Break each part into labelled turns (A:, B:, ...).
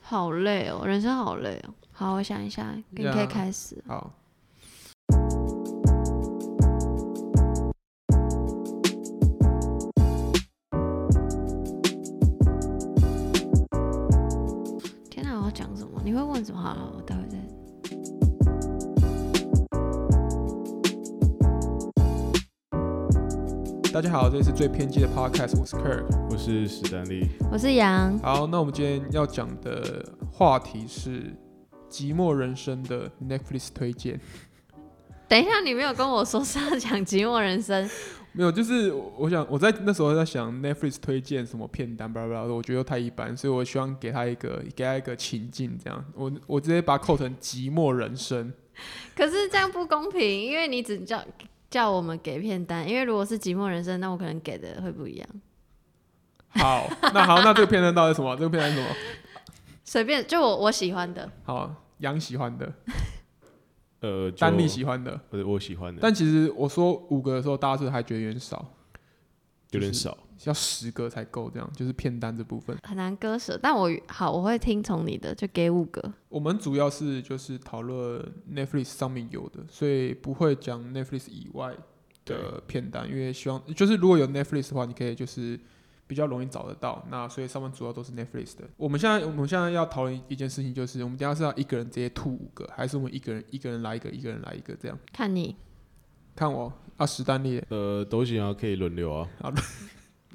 A: 好累哦，人生好累哦。好，我想一下，你可以
B: Yeah
A: 开始。
B: 好。
A: 天哪，我要讲什么？你会问什么？好了，我待会再。
B: 大家好，这里是最偏激的 podcast，我是 Kirk。
C: 我是史丹利，
A: 我是杨，
B: 好，那我们今天要讲的话题是寂寞人生的 Netflix 推荐。
A: 等一下，你没有跟我说是要讲《寂寞人生》
B: 没有，就是我我想我在那时候在想 Netflix 推荐什么片单，巴拉巴拉的，我觉得太一般，所以我希望给他一个给他一个情境，这样我我直接把它扣成寂寞人生。
A: 可是这样不公平，因为你只叫叫我们给片单，因为如果是《寂寞人生》，那我可能给的会不一样。
B: 好，那好，那这个片单到底是什么？这个片单是什么？
A: 随便，就我我喜欢的，
B: 好，杨喜欢的，
C: 呃，就
B: 丹力喜欢的。
C: 我我喜欢的，
B: 但其实我说五个的时候，大家是不是还觉得有点少，
C: 有点
B: 就是
C: 少。
B: 要十个才够，这样就是片单这部分。
A: 很难割舍。但我好，我会听从你的，就给五个。
B: 我们主要是就是讨论 Netflix 上面有的，所以不会讲 Netflix 以外的片单，因为希望就是如果有 Netflix 的话，你可以就是比较容易找得到。那所以上面主要都是 Netflix 的。我们现在我们现在要讨论一件事情，就是我们等一下是要一个人直接吐五个，还是我们一个人一个人来一个，一个人来一个这样？
A: 看你，
B: 看我啊，史丹利
C: 呃，都行啊，可以轮流啊。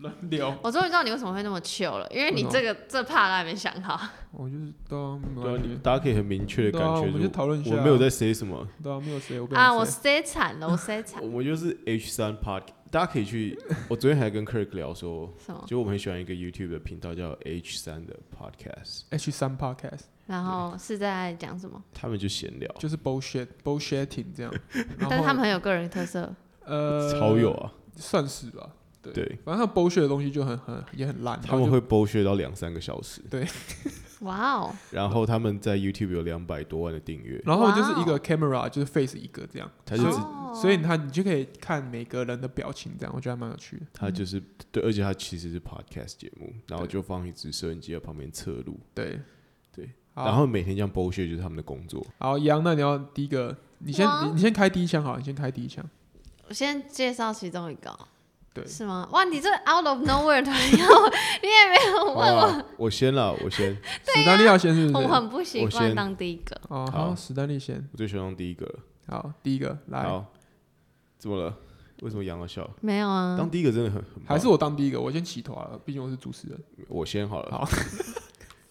B: 轮流，
A: 我终于知道你为什么会那么糗了，因为你
B: 为什么
A: 这个这怕还没想好。
B: 我就是对啊，没
C: 对啊
B: 关
C: 你
B: 系，
C: 大家可以很明确的
B: 对
C: 感
B: 啊，我
C: 觉，
B: 们就讨论一下。
C: 我没有，在 say 什么，
B: 对啊，没有谁，我不想
A: 啊，
B: 谁
A: 我塞惨了，我塞惨
C: 我们就是 H 三 Park，大家可以去。我昨天还跟 Kirk 聊说，
A: 什么？
C: 就我们很喜欢一个 YouTube 的频道叫 H 三的 Podcast，
B: H 三 Podcast
A: 然后是在讲什么？
C: 他们就闲聊，
B: 就是 bullshit bullshitting 这样，然
A: 但是
B: 后
A: 他们很有个人特色，
B: 呃
C: 超有啊，
B: 算是吧，对
C: 对，
B: 反正他 bullshit 的东西就很很也很烂，
C: 他们
B: 然后
C: 会剥削到两三个小时，
A: 哇哦！
C: 然后他们在 YouTube 有两百多万的订阅
B: 就，然后就是
A: 哇哦
B: 一个 camera 就是 face 一个这样，
C: 他就只
A: 哦
B: 所以他你就可以看每个人的表情这样，我觉得还蛮有趣的，
C: 他就是对，而且他其实是 Podcast 节目，然后
B: 对
C: 就放一只摄影机在旁边侧录，
B: 对
C: 对，
B: 好
C: 然后每天这样剥削就是他们的工 作。
B: 好杨，那你要第一个，你先
A: 我
B: 你你先开第一枪好了，你先开第一枪，
A: 我先介绍其中一个哦，
B: 对
A: 是吗？哇，你这 out of nowhere 突然要 我，你也没有问
C: 好
A: 我，
C: 啦，我先啦，我先，
B: 史丹利要先是不
A: 啊我
B: 是？
A: 很不习
C: 我
A: 惯
C: 先
A: 当第一个。
B: 哦，
C: 好
B: 好，史丹利先，
C: 我最喜欢第一个了。
B: 好，第一个来，
C: 好，怎么了？为什么杨要笑？
A: 没有啊，
C: 当第一个真的很很棒
B: 嗯还是我当第一个，我先起头好了，毕竟我是主持 人，
C: 我先好了。
B: 好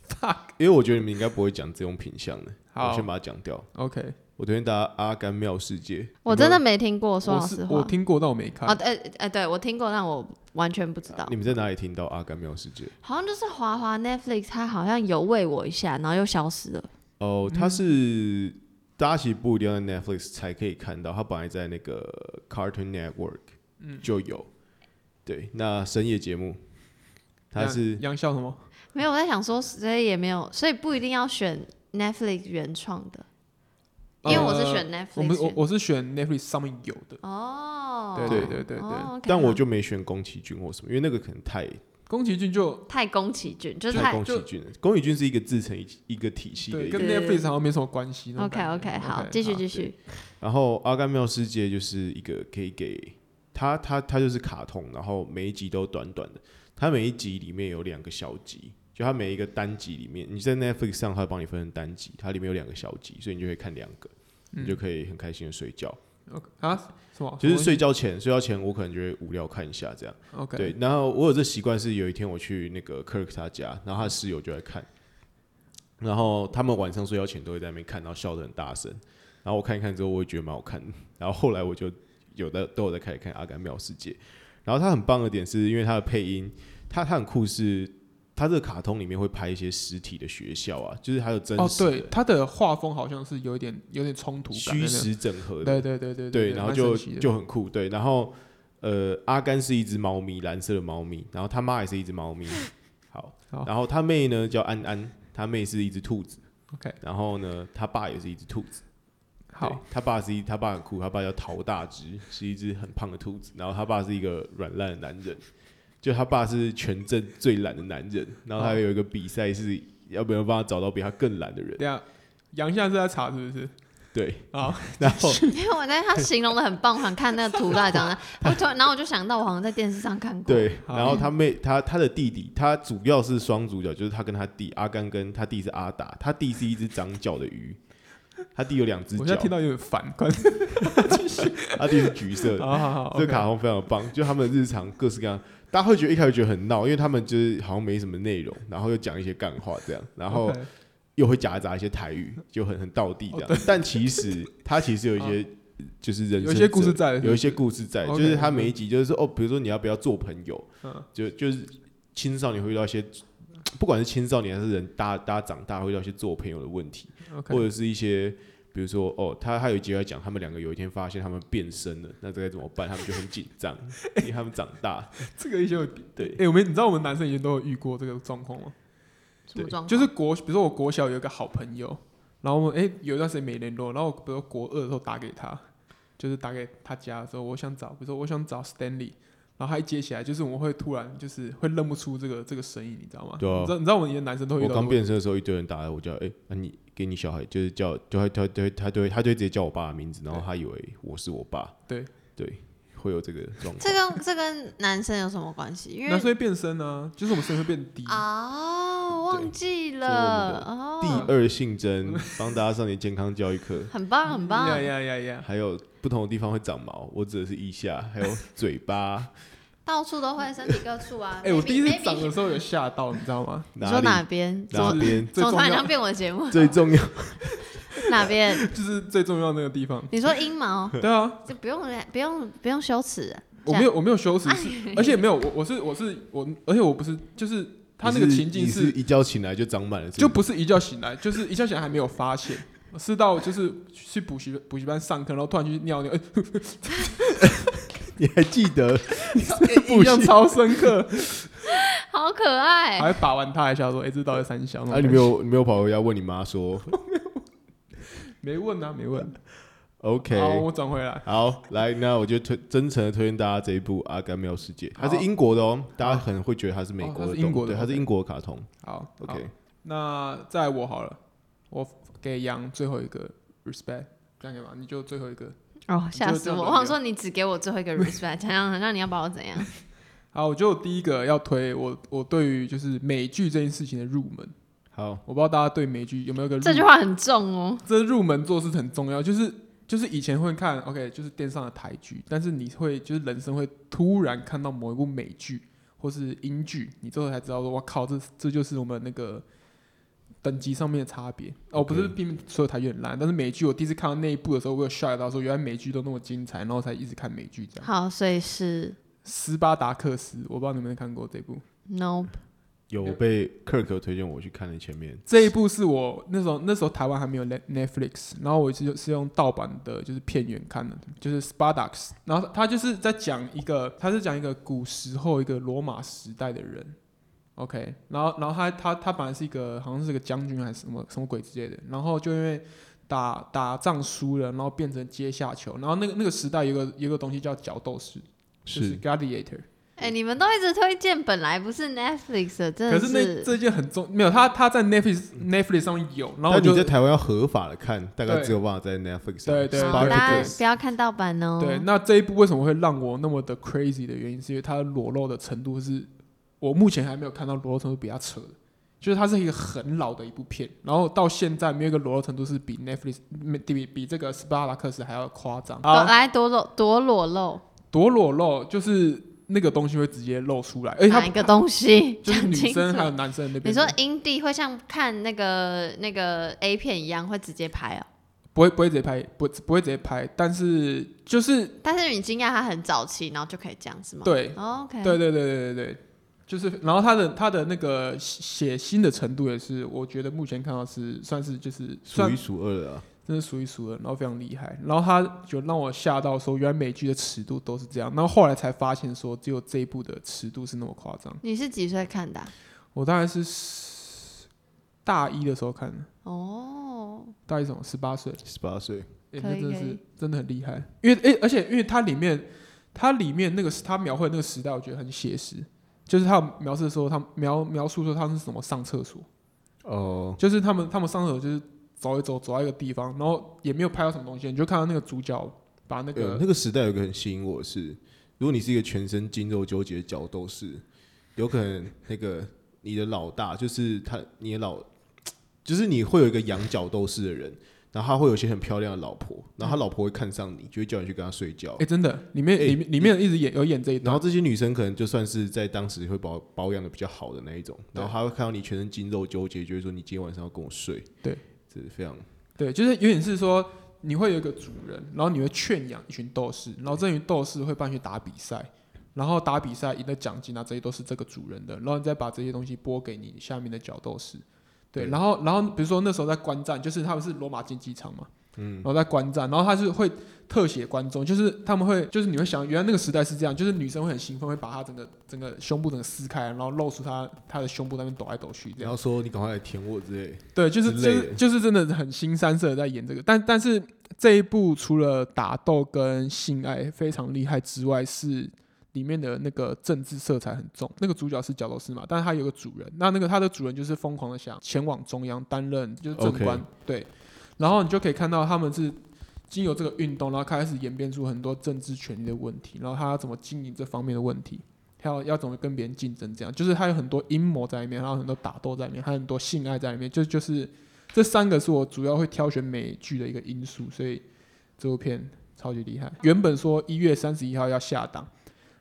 B: Fuck
C: 因为我觉得你们应该不会讲这种品相的，
B: 好
C: 我先把它讲掉。
B: ，OK，
C: 我昨天打《阿甘妙世界》，
A: 我真的没听过，说
B: 我
A: 老实
B: 是
A: 话。
B: 我听啊过，但我没看
A: 哦，，哎哎，对我听过，但我完全不知道
B: 啊
C: 你。们在哪里听到《阿甘妙世界》？
A: 好像就是华华 Netflix，它好像有喂我一下，然后又消失了。
B: 嗯
C: 哦，它是大家其实不一定要在 Netflix 才可以看到，它本来在那个 Cartoon Network
B: 嗯
C: 就有。对，那深夜节目，它
B: 杨
C: 是
B: 杨笑什么？
A: 没有，我在想说，所以也没有，所以不一定要选 Netflix 原创的，因为我是选
B: 呃我们
A: Netflix
B: 我
A: 选。
B: 我是选 Netflix 上面有的，
A: 哦，
B: 对对对对对。
A: 哦，OK，
C: 但我
A: 好
C: 就没选宫崎骏或什么，因为那个可能太
B: 宫崎骏就
A: 太宫崎骏，就是
C: 太
A: 太
C: 宫崎骏了。宫崎骏是一个自成一一个体系的
B: 对
C: 一个
B: 跟
A: 对对对
B: Netflix 好像没什么关系那种
A: OK
B: 感觉。
A: OK，好，继续继续。
C: 然后《阿甘妙世界》就是一个可以给它，它它就是卡通，然后每一集都短短的，它每一集里面有两个小集，就它每一个单集里面，你在 Netflix 上它会帮你分成单集，它里面有两个小集，所以你就可以看两个，你就可以很开心的睡觉。
B: 好啊，什么？
C: 就是
B: 什么
C: 睡觉前，睡觉前我可能就会无聊看一下这样。
B: OK
C: 对，然后我有这习惯是有一天我去那个 Kirk 他家，然后他室友就在看，然后他们晚上睡觉前都会在那边看，然后笑得很大声，然后我看一看之后，我也觉得蛮好看的，然后后来我就有的都有在开始看《阿甘妙世界》，然后它很棒的点是因为它的配音，它它很酷是。它这个卡通里面会拍一些实体的学校啊，就是还有真
B: 哦，
C: 实的
B: 对，它的画风好像是有一点有点冲突感
C: 虚
B: 的那
C: 实整合
B: 种。
C: 的，
B: 对对对对
C: 对，然后就
B: 蛮神奇的
C: 就很酷，对，然后呃，阿甘是一只猫咪，蓝色的猫咪，然后他妈也是一只猫咪，好
B: 好，
C: 然后他妹呢叫安安，他妹是一只兔子
B: OK
C: 然后呢，他爸也是一只兔子，对
B: 好，，
C: 他爸是一，他爸很酷，他爸叫陶大只，是一只很胖的兔子，然后他爸是一个软烂的男人，就他爸是全镇最懒的男人，然后他有一个比赛是要不然帮他找到比他更懒的人。
B: 等一下杨现在是在查是不是？啊
C: 对，
B: 好，
C: 然后
A: 因为我在他形容的很棒，我想看那个图大 讲的，我突然，然后我就想到我好像在电视上看过，，
C: 对，
B: 好
C: 然后他妹他他的弟弟，他主要是双主角，就是他跟他弟阿甘跟他弟是阿达，他弟是一只长脚的鱼，他弟有两只
B: 我现在
C: 脚，
B: 听到有点烦，快点，
C: 他弟是橘色的。
B: 好好好，
C: 这个卡通非常棒，就他们日常各式各样，大家会觉得一开始觉得很闹，因为他们就是好像没什么内容，然后又讲一些干话这样，然后
B: OK 哦
C: 又会夹杂一些台语，就很很道地这样。但其实他其实有一些就是人生
B: 有一些故事
C: 哲
B: 在的是不是
C: 有一些故事在，就
B: OK，
C: 是他每一集就是说哦，比如说你要不要做朋友
B: 嗯，
C: 就就是青少年会遇到一些。不管是青少年还是人，大家大家长大会遇到一些做朋友的问题，
B: OK
C: 或者是一些，比如说哦，他还有一集在讲他们两个有一天发现他们变身了，那这该怎么办？他们就很紧张， 因为他们长大，
B: 这个以前有，
C: 对
B: 哎、我们你知道我们男生以前都有遇过这个状况吗？
A: 什么
C: 对
A: 状况？
B: 就是国，比如说我国小有一个好朋友，然后我们哎、有一段时间没联络，然后我比如说国二的时候打给他，就是打给他家的时候，我想找，比如说我想找 Stanley，然后他一接起来，就是我们会突然就是会认不出这个这个声音，你知道吗？
C: 对啊
B: 你知道你知道我们以前男生都会遇
C: 我
B: 到这个
C: 刚
B: 问题，
C: 变身的时候，一堆人打来我叫，哎、那、你给你小孩就是叫，就他他他他对他就会直接叫我爸的名字，然后他以为我是我爸，
B: 对
C: 对，会有这个状
A: 这
C: 况。
A: 跟这跟男生有什么关系？因
B: 男生
A: 为
B: 会变声啊，就是我们声音会变低。
C: 啊
A: 哦，忘记
C: 这
A: 了
C: 是
A: 哦，
C: 第二性征，帮大家上点健康教育课，
A: 很棒很棒
B: 呀，呀呀呀！
C: 还有不同的地方会长毛，我指的是腋下，还有嘴巴，
A: 到处都会，身体各处啊。
B: 哎、我第一
A: Maybe-
B: 次
A: maybe-
B: 长的时候有吓到，你知道吗？
A: 你说
C: 里
A: 哪边？怎
C: 哪
A: 么
C: 边
A: 怎
B: 最
A: 么
B: 重
A: 突然
B: 要
A: 像变我的节目？
C: 最重要，
A: 哪边？
B: 就是最重要的那个地方。
A: 你说阴毛，
B: 对啊，
A: 就不用不用不用羞耻啊，
B: 我没有我没有羞耻，是而且没有我我是我是我，而且我不是就是他那个
C: 你是
B: 情境
C: 你
B: 是
C: 是一觉醒来就长满了，
B: 就不是一觉醒来，就是一觉醒来还没有发现，是到就是去补习补习班上课，然后突然去尿尿，哎、
C: 你还记 得？
B: 印象超深刻，
A: 好可爱。
B: 还把玩他一下说，哎、这到底三小？
C: 啊，你没有你没有跑回家问你 妈说
B: 没问啊，没问。
C: OK？
B: 好，我转回来。
C: 好，来，那我就推真诚的推荐大家这一部《阿甘妙世界》，它
B: 好
C: 是英国的哦，大家可能会觉得它是美国
B: 哦它
C: 的动，
B: 是英国的
C: 对，它是
B: OK
C: 英国的卡通。
B: 好
C: OK，
B: 好那再来我好了，我给杨最后一个 respect，这样可以吗？你就最后一个。
A: 哦，吓
B: 就
A: 死
B: 这样
A: 我！
B: 轮
A: 我想
B: 流
A: 说你只给我最 后一个 respect，想想让你要把我怎样？
B: 嗯好，我就第一个要推我我对于就是美剧这件事情的入门，
C: 好，
B: 我不知道大家对美剧有没有一个入
A: 这句话很重哦。
B: 这入门做事很重要，就是就是以前会看 OK，就是电视上的台剧，但是你会就是人生会突然看到某一部美剧或是英剧，你最后才知道说，我靠，这这就是我们那个等级上面的差别。哦，不是
C: OK
B: 并所有台剧很烂，但是美剧我第一次看到那一部的时候，我有 shock 到说，原来美剧都那么精彩，然后才一直看美剧这样。
A: 好，所以是
B: 斯巴达克斯，我不知道你们有没有看过这部，
A: no，
C: 有被 Kirk 推荐我去看了前面，
B: 这一部是我那时候那时候台湾还没有 Net- Netflix，然后我是是用盗版的，就是片源看的，就是 Spartacus，然后他就是在讲一个，他是讲一个古时候一个罗马时代的人，OK，然后然后他他他本来是一个好像是个将军还是什么什么鬼之类的，然后就因为打打仗输了，然后变成阶下囚，然后那个那个时代有个有个东西叫角斗士，就是是 Gladiator，
A: 哎，你们都一直推荐本来不是 Netflix 的，真
B: 可
A: 的
B: 是那这件很重没有他他在 Netflix Netflix 上面有，然后我
C: 但
B: 就
C: 你在台湾要合法的看，大概
B: 对
C: 只有办法在 Netflix 上。
B: 对对
A: 好，大
B: Spartacus
A: 家不要看盗版哦。
B: 对，那这一部为什么会让我那么的 crazy 的原因，是因为它裸露的程度是，我目前还没有看到裸露程度比它扯的，就是它是一个很老的一部片，然后到现在没有一个裸露程度是比 Netflix 比比比这个斯巴达克斯还要夸张。
A: 多，来多裸多裸露
B: 多裸露就是那个东西会直接露出来，而且它
A: 哪一个东 西？
B: 就是
A: 讲
B: 女
A: 清
B: 生还有
A: 楚。
B: 男生那
A: 你
B: 边，
A: 说阴蒂会像看那个那个 A 片一样会直接拍哦，
B: 不会不会直接拍，不不会直接拍，但是就是
A: 但是你惊讶它很早期，然后就可以这样是吗？
B: 对，
A: 哦，OK，
B: 对对对对对对，就是，然后他的他的那个血腥的程度也是，我觉得目前看到是算是就是
C: 数
B: 算
C: 一数二的啊。
B: 真的数一数二，然后非常厉害。然后他就让我吓到说，原来美剧的尺度都是这样。然后后来才发现说，只有这一部的尺度是那么夸张。
A: 你是几岁看的啊、
B: 我大概是十大一的时候看的，
A: 哦，
B: 大一什么十八岁，
C: 十八岁，
B: 欸、
A: 可
B: 那
A: 以
B: 真的
A: 可以
B: 是真的很厉害，因为诶、而且因为它里面，它里面那个它描绘那个时代，我觉得很写实，就是它有描述说，它描描述说他是怎么上厕所，
C: 哦，
B: 就是他们他们上厕所就是走一走，走到一个地方，然后也没有拍到什么东西，你就看到那个主角把那
C: 呃
B: 个，
C: 那个时代有一个很吸引我的是，如果你是一个全身筋肉纠结的角斗士，有可能那个你的老大就是他，你的老就是你会有一个养角斗士的人，然后他会有一些很漂亮的老婆，然后他老婆会看上你，就会叫你去跟他睡觉
B: 哎、。真的里面、
C: 哎
B: 里面里面一直演有演这一
C: 然
B: 段
C: 后，这些女生可能就算是在当时会保保养的比较好的那一种，然后她会看到你全身筋肉纠结，就会说你今天晚上要跟我睡。
B: 对，
C: 这是非常
B: 对，就是有点是说你会有一个主人，然后你会圈养一群斗士，然后这群斗士会帮你去打比赛，然后打比赛赢的奖金啊，这些都是这个主人的，然后你再把这些东西拨给你下面的角斗士。对，
C: 对
B: 然后然后比如说那时候在观战，就是他们是罗马竞技场嘛，嗯，然后在观战，然后他是会特写观众，就是他们会就是你会想，原来那个时代是这样，就是女生会很兴奋，会把她整个整个胸部整个撕开，然后露出她她的胸部在那边抖来抖去这样
C: 然。后说你赶快来舔我之类，
B: 对，就是
C: 之
B: 就
C: 类
B: 是
C: 的
B: 就是真的很新三色的在演这个，但但是这一部除了打斗跟性爱非常厉害之外，是里面的那个政治色彩很重。那个主角是角斗士嘛，但是他有个主人，那那个他的主人就是疯狂的想前往中央担任就是政
C: OK
B: 官对，然后你就可以看到他们是。经由这个运动，然后开始演变出很多政治权利的问题，然后他要怎么经营这方面的问题，还有要怎么跟别人竞争，这样就是他有很多阴谋在里面，还有很多打斗在里面，还有很多性爱在里面，就就是这三个是我主要会挑选美剧的一个因素，所以这部片超级厉害。原本说一月三十一号要下档，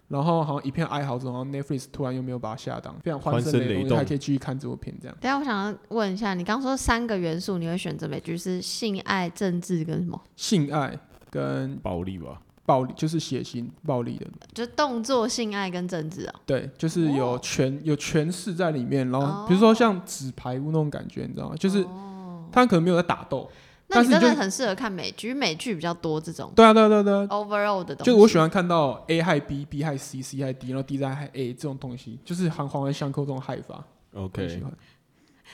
B: 然后好像一片哀嚎之后，然后 Netflix 突然又没有把它下档，非常欢声
C: 欢声雷
B: 雷动，
C: 动
B: 还可以继续看这部片这样。
A: 等一下我想要问一下，你刚说三个元素，你会选择美剧是性爱、政治跟什么？
B: 性爱跟
C: 暴力吧？
B: 暴力就是血腥暴力的，
A: 就是动作、性爱跟政治哦。
B: 对，就是有
A: 哦
B: 权、有权势在里面，然
A: 哦
B: 后比如说像纸牌屋那种感觉，你知道吗？就是
A: 哦
B: 他可能没有在打斗，
A: 那
B: 但
A: 你
B: 是
A: 真
B: 就
A: 的很适合看美剧，美剧比较多这种
B: 对啊对啊对啊对啊，
A: overall 的东西。
B: 就是我喜欢看到 A 害 B，B 害 C，C 害 D，然后 D 再害 A 这种东西，就是环环环相扣这种害法，我很喜
C: OK，
B: 欢。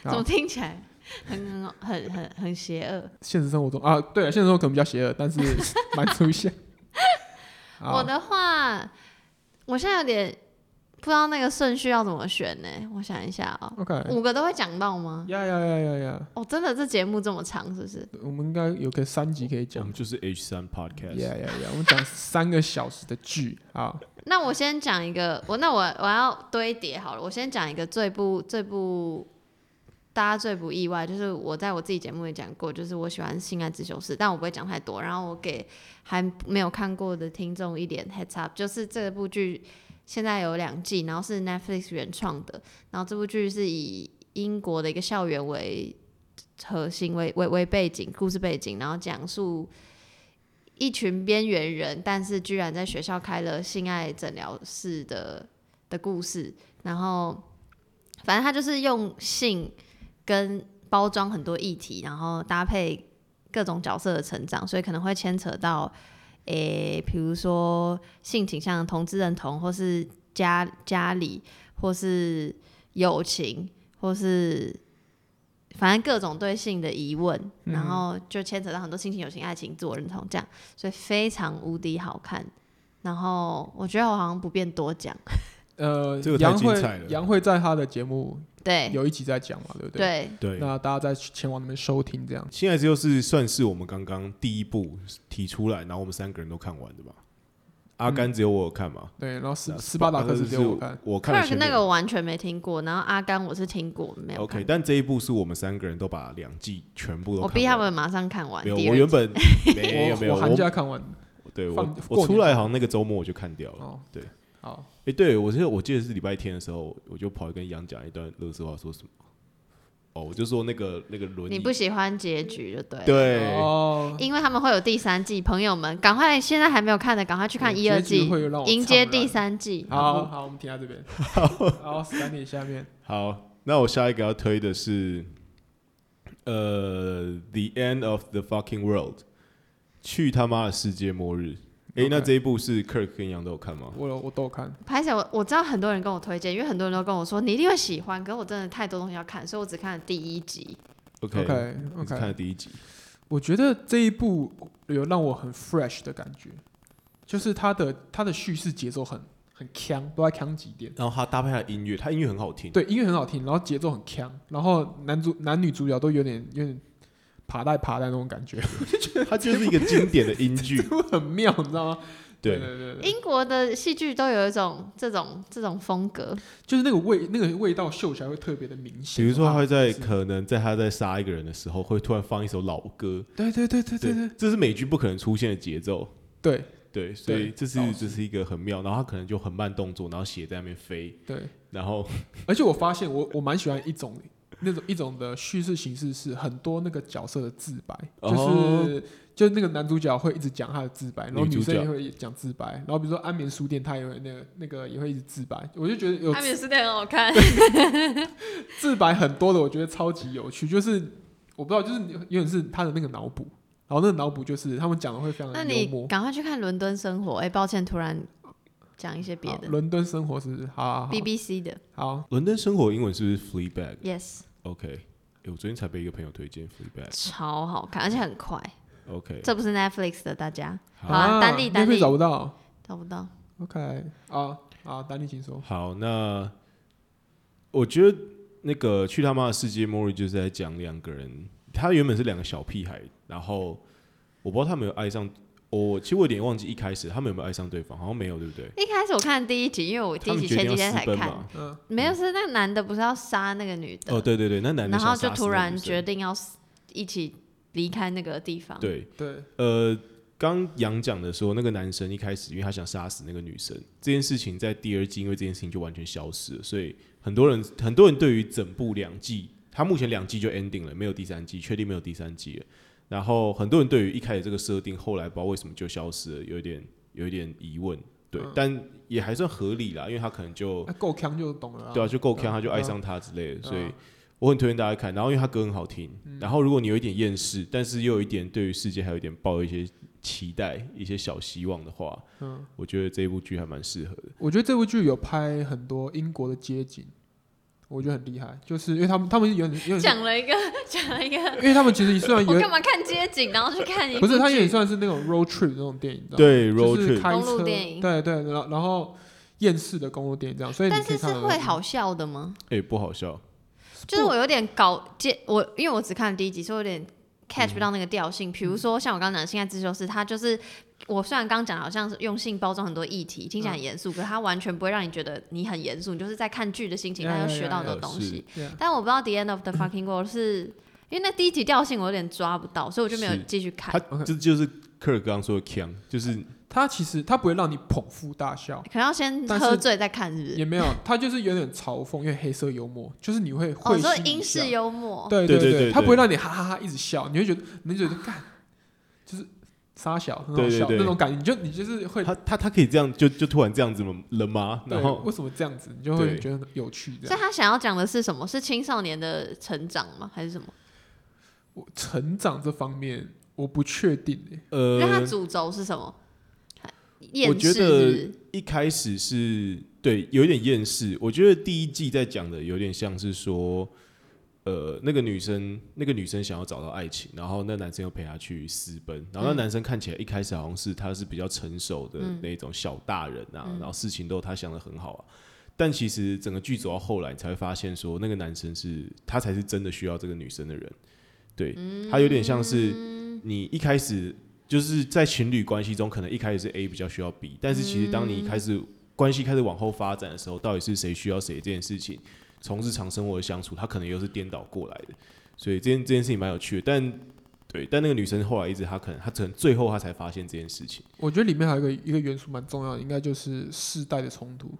A: 怎
B: 啊
A: 么听起来很很很很很邪恶？
B: 现实生活中啊，对啊，现实生活可能比较邪恶，但是 蛮 出现。
A: 我
B: 啊，
A: 的话，我现在有点不知道那个顺序要怎么选呢、我想一下哦、
B: OK，
A: 五个都会讲到吗？
B: 呀呀呀呀呀，
A: 哦，真的这节目这么长是不是？
B: 我们应该有个三集可以
C: 我
B: 讲
C: 们。就是 H 三 Podcast。
B: 呀呀呀，我们讲三个小时的剧啊，
A: 那我先讲一个，我那我我要堆叠好了，我先讲一个最不最不大家最不意外，就是我在我自己节目也讲过，就是我喜欢《性爱自修室》，但我不会讲太多，然后我给还没有看过的听众一点 heads up，就是这部剧现在有两季，然后是 Netflix 原创的，然后这部剧是以英国的一个校园为核心为为为背景故事背景，然后讲述。一群边缘人，但是居然在学校开了性爱诊疗室的的故事。然后，反正他就是用性跟包装很多议题，然后搭配各种角色的成长，所以可能会牵扯到，诶、比如说性倾向、同志认同，或是家家里，或是友情，或是反正各种对性的疑问，然后就牵扯到很多亲情、友情、爱情、自我认同这样，所以非常无敌好看。然后我觉得我好像不便多讲，
B: 呃
C: 这个，太
B: 杨
C: 精
B: 慧
C: 彩了
B: 杨慧在她的节目
A: 对
B: 有一集在讲嘛，对不对？
A: 对，
C: 对，
B: 那大家再去前往那边收听这样。
C: 现在就是算是我们刚刚第一部提出来，然后我们三个人都看完的吧？阿甘只有我有看嘛？
B: 对，然后斯
C: 那
B: 斯巴达嗯克
C: 斯
B: 是只有我看，，
C: 我看了
A: Kirk
C: 前
A: 那
C: 面
A: 个我完全没听过，然后阿甘我是听过，没有看
C: OK，但这一部是我们三个人都把两季全部都看
A: 我
C: 完
A: 逼他们马上看完。
C: 没有，
A: 第
C: 我
A: 二
C: 原
A: 集
C: 本没有没有，
B: 我寒
C: 我
B: 假看完。
C: 对
B: 放
C: 我
B: 过
C: 我
B: 年
C: 出来好像那个周末我就看掉了。
B: 哦，
C: 对，
B: 好，
C: 哎，对我记得我记得是礼拜天的时候，我就跑去跟杨讲一段乐色话，说什么？哦，我就说那个那个轮
A: 你
C: 椅
A: 不，喜欢结局就对了，
C: 对，啊
B: 哦，
A: 因为他们会有第三季，朋友们赶快现在还没有看的，赶快去看一二
B: 结局
A: 季，
B: 会让我
A: 迎接
B: 怅然
A: 第。三季。
B: 好好，我们停在这边。好，三点下面
C: 好，那我下一个要推的是，呃，《The End of the Fucking World》，去他妈的世界末日。诶，
B: OK
C: 那这一部是 Kirk 跟杨都有看吗？
B: 我有我都有看，
A: 拍起来我我知道很多人跟我推荐，因为很多人都跟我说你一定会喜欢，可是我真的太多东西要看，所以我只看了第一集。
C: OK，,
B: OK，
C: 你只
B: OK
C: 看了第一集，
B: 我觉得这一部有让我很 fresh 的感觉，就是它的它的叙事节奏很很很强，都在强几点。
C: 然后他搭配他的音乐，他音乐很好听，
B: 对，音乐很好听，然后节奏很强，然后男主男女主角都有点有点爬带爬带那种感觉，
C: 他就是一个经典的音剧。
B: 就很妙，你知道吗？
C: 对，
B: 对对对，
A: 英国的戏剧都有一种这种这种风格，
B: 就是那个味那个味道嗅起来会特别的明显。
C: 比如说他会在
B: 是
C: 可能在他在杀一个人的时候，会突然放一首老歌，
B: 对对对对对对
C: 这是美剧不可能出现的节奏。
B: 对
C: 对，所以
B: 对
C: 这是
B: 倒是
C: 这是一个很妙，然后他可能就很慢动作，然后血在那边飞，
B: 对，
C: 然后
B: 而且我发现我我蛮喜欢一种那种一种的叙事形式是很多那个角色的自白，就是、
C: 哦
B: 就是那个男主角会一直讲他的自白，然后
C: 女主
B: 女生
C: 角
B: 也会讲自白，然后比如说安眠书店，他也会那个那个也会一直自白，我就觉得有
A: 安眠书店很好看，
B: 自白很多的，我觉得超级有趣，就是我不知道，就是有点是他的那个脑补，然后那个脑补就是他们讲的会非常
A: 那
B: 的幽
A: 你
B: 默。
A: 赶快去看《伦敦生活》。哎，抱歉，突然讲一些别
B: 好
A: 的
B: 伦敦生活是不是好好好
A: BBC 的
B: 好
C: 伦敦生活英文是不是 Fleabag？OK，、
A: ，Yes，
C: 诶我昨天才被一个朋友推荐 Fleabag。
A: 超好看，而且很快。
C: OK，
A: 这不是 Netflix 的，大家好
C: 好
A: 啊丹利丹利
B: 那边找不到
A: 找不到。
B: ，OK 啊啊，丹利请说。
C: 好，那我觉得那个去他妈的世界末日就是在讲两个人，他原本是两个小屁孩，然后我不知道他们有爱上我，其实我有点忘记一开始他们有没有爱上对方，好像没有，对不对？
A: 一开始我看第一集，因为我第
C: 他
A: 一
C: 们
A: 集
C: 决
A: 前
C: 定
A: 几
C: 要
A: 天才
C: 私奔
A: 看，
C: 嘛？
B: 嗯，
A: 没有是那个男的不是要杀那个女的，
C: 哦，对对对，那男的
A: 然后
C: 想
A: 就
C: 杀死
A: 突
C: 那个
A: 然
C: 女生
A: 决定要一起离开那个地方。
C: 对，
B: 对，
C: 呃，刚杨讲的说，那个男生一开始因为他想杀死那个女生这件事情，在第二季因为这件事情就完全消失了，所以很多人很多人对于整部两季，他目前两季就 ending 了，没有第三季，确定没有第三季了。然后很多人对于一开始这个设定，后来不知道为什么就消失了，有一点有一点疑问。对，但也还算合理啦，因为他可能就
B: 那够强就懂了啊。
C: 对啊，就够看
B: 对啊
C: 他就
B: 对啊
C: 爱上他之类的，
B: 对啊
C: 所以我很推荐大家看。然后因为他歌很好听，
B: 嗯
C: 然后如果你有一点厌世，但是又有一点对于世界还有一点抱一些期待、一些小希望的话，
B: 嗯
C: 我觉得这部剧还蛮适合的。
B: 我觉得这部剧有拍很多英国的街景，我觉得很厉害，就是因为他们他们有点有点，
A: 讲了一个，讲了一个，
B: 因为他们其实虽然
A: 我
B: 有
A: 干嘛看街景，然后去看一部
B: 不是，他有
A: 剧
B: 点算是那种 road trip 那种电影，你知道吗
C: 对
B: 啊就
C: ，road
B: 是
C: trip
B: 开
A: 公路
B: 车，
A: 电影
B: 对对，然后然后厌世的公路电影这样，所以你
A: 但
B: 可
A: 是
B: 以
A: 是
B: 看到
A: 会好笑的吗？
C: 哎不好笑，
A: 就是我有点搞接我，因为我只看了第一集，所以有点
B: 嗯
A: catch 不到那个调性。比如说像我刚刚讲的《性爱自修室》，它就是我虽然刚讲好像是用性包装很多议题，听起来很严
B: 嗯
A: 肃，可是它完全不会让你觉得你很严肃，你就是在看剧的心情，
B: 呀
A: 但又
B: 呀
A: 学
B: 呀
A: 到
B: 呀啊
A: 很多
C: 呀
A: 东
C: 是
A: 西。
B: Yeah
A: 但我不知道《The End of the Fucking World》是。因为那第一集调性我有点抓不到，所以我就没有
C: 是
A: 继续看
C: 他。这就是克尔刚刚说的 k a n 就是
B: 他其实他不会让你捧腹大笑，
A: 可能要先
B: 但是
A: 喝醉再看，是不是？
B: 也没有，他就是有点嘲讽，因为黑色幽默，就是你会
A: 哦，
B: 会
A: 说
B: 心一
A: 英式
B: 笑，
A: 幽默，
B: 对啊
C: 对对对
B: 对，他
C: 对
B: 不会让你哈哈哈一直笑，你会觉得你会觉得干，就是傻小很好
C: 对对
B: 笑
C: 对
B: 那种感觉，你就你就是会
C: 他他他可以这样就就突然这样子了了吗？
B: 对
C: 然后
B: 为什么这样子，你就会
C: 对
B: 觉得很有趣这
A: 所以
B: 样。
A: 他想要讲的是什么？是青少年的成长吗？还是什么？
B: 我成长这方面我不确定欸
C: 呃
A: 那它主轴是什么？
C: 我
A: 厌世
C: 觉
A: 是不是
C: 得一开始是对有点厌世。我觉得第一季在讲的有点像是说，呃，那个女生那个女生想要找到爱情，然后那男生又陪她去私奔，然后那男生看起来一开始好像是他是比较成熟的那种小大人啊，然后事情都他想的很好啊。但其实整个剧走到后来，你才会发现说，那个男生是他才是真的需要这个女生的人。对
A: 嗯
C: 他有点像是你一开始就是在情侣关系中，可能一开始是 A 比较需要 B，但是其实当你开始关系开始往后发展的时候，到底是谁需要谁这件事情，从日常生活的相处，他可能又是颠倒过来的。所以这件这件事情蛮有趣的，但对，但那个女生后来一直她可能她可能最后她才发现这件事情。
B: 我觉得里面还有一个一个元素蛮重要的，应该就是世代的冲突，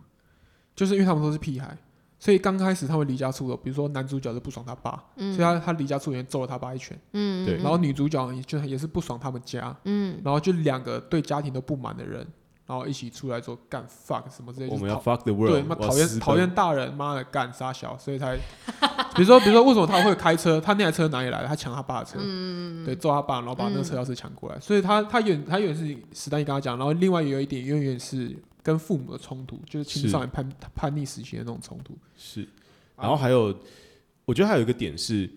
B: 就是因为他们都是屁孩，所以刚开始他们离家出走，比如说男主角就不爽他爸，所以他他离家出走揍了他爸一拳，
A: 嗯，
C: 对
B: 然后女主角也就也是不爽他们家，嗯，然后就两个对家庭都不满的人，然后一起出来说干 fuck 什么之类，
C: 我
B: 就是
C: 们要
B: 讨
C: fuck
B: 对
C: the world，
B: 妈
C: 我要
B: 讨厌
C: 私奔
B: 讨厌大人，妈的干傻小，所以才 比如说比如说为什么他会开车，他那台车哪里来的？他抢他爸的车，对，揍他爸，然后把那个车钥匙抢过来，所以他他有点他有点是史丹利跟他讲，然后另外有一点有点是跟父母的冲突，就是青
C: 是
B: 少年叛叛逆时期的那种冲突，
C: 是，然后还有，我觉得还有一个点是，